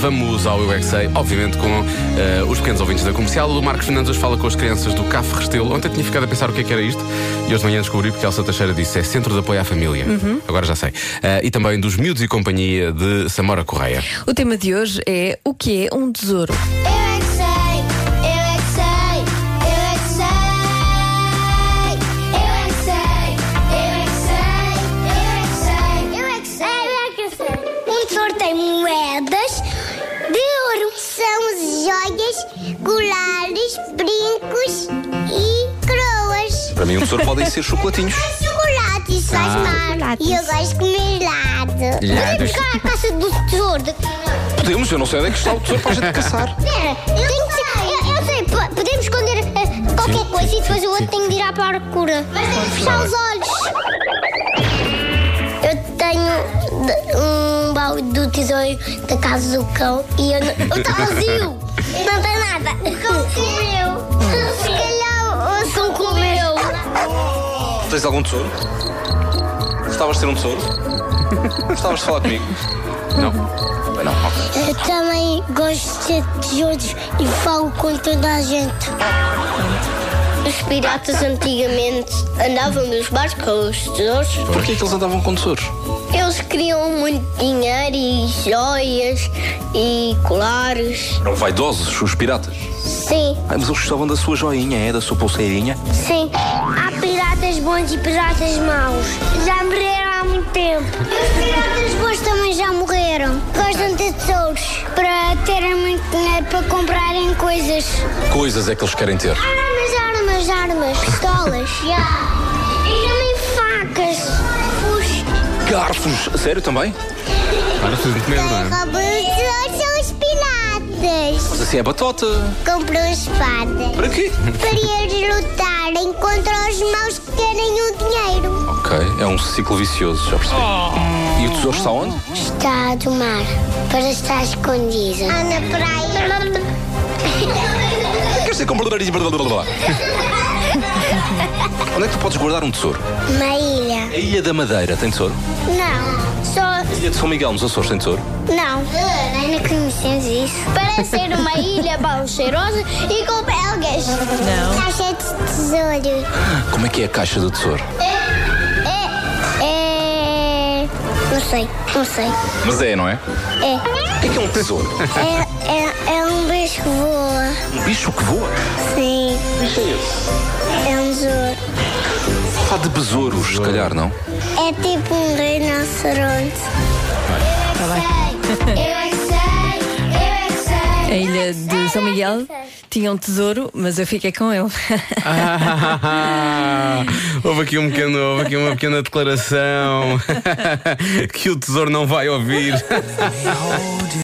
Vamos ao Eu é Que Sei, obviamente com eh, os pequenos ouvintes da comercial. O Marcos Fernandes hoje fala com as crianças do CAF Restelo. Ontem tinha ficado a pensar o que é que era isto e hoje de manhã descobri porque a Elsa Teixeira disse é Centro de Apoio à Família. Agora já sei. Eh, e também dos Miúdos e Companhia de Samora Correia. O tema de hoje é o que é um tesouro? Eu é que sei, eu é que sei, eu é que sei. Eu é que sei, eu é que sei, eu é que sei. Eu é que sei, eu é que sei. Um tesouro tem moedas de ouro. São joias, colares, brincos e coroas. Para mim, um tesouro podem ser chocolatinhos. Chocolate, isso faz mal. E eu gosto de comer lado. Lados. Vamos cá à caça do tesouro. Podemos, eu não sei onde é que está o tesouro para a gente caçar. Espera, eu tenho que ser. Eu, eu sei, po- podemos esconder eh, qualquer Sim, coisa sim, e depois sim, o outro sim. tem de ir à procura. Mas tem que fechar os olhos. Eu tenho de- um baú do tesouro da casa do cão e eu não. Está vazio! não tem nada. O cão comeu. Se calhar o cão comeu. Tens algum tesouro? Gostavas de ter um tesouro? Gostavas de falar comigo? Não. Bem, não, ok. Eu também gosto de ser tesouros e falo com toda a gente. Os piratas antigamente andavam nos barcos com os tesouros. Porquê é que eles andavam com tesouros? Eles queriam muito dinheiro e joias e colares. Eram vaidosos, os piratas. Sim, Ah, mas eles gostavam da sua joinha, é? Da sua pulseirinha. sim. Há piratas bons e piratas maus. Já morreram há muito tempo. Os piratas bons também já morreram. Gostam de tesouros para terem muito dinheiro para comprarem coisas. Coisas é que eles querem ter. Armas, armas, armas, pistolas. E também facas. Garfos! Sério também? Para de medo, não é? Roubam são os piratas. Mas assim é batota. Comprou espada Para quê? para eles lutarem contra os maus que querem o dinheiro. Ok, é um ciclo vicioso, já percebi. E o tesouro está onde? Está do mar para estar escondida. Ah, na praia. Quer dizer, com... Onde é que tu podes guardar um tesouro? Uma ilha. A Ilha da Madeira tem tesouro? Não, só A Ilha de São Miguel nos Açores tem tesouro? Não, Ah, ainda conhecemos isso. Para ser uma ilha bom cheirosa e com belgas. Não. Caixa de tesouro. Como é que é a caixa do tesouro? É. É. Não sei, não sei. Mas é, não é? É. O que é que é um tesouro? É, é, é um bicho que voa. Um bicho que voa? Sim, Que bicho é esse? é um tesouro. Está de besouros, se calhar, não? É tipo um rinoceronte. Tá Eu é que sei, eu é que sei. A ilha de São é Miguel tinha um tesouro, mas eu fiquei com ele. Ah, houve, aqui um pequeno, houve aqui uma pequena declaração que o tesouro não vai ouvir.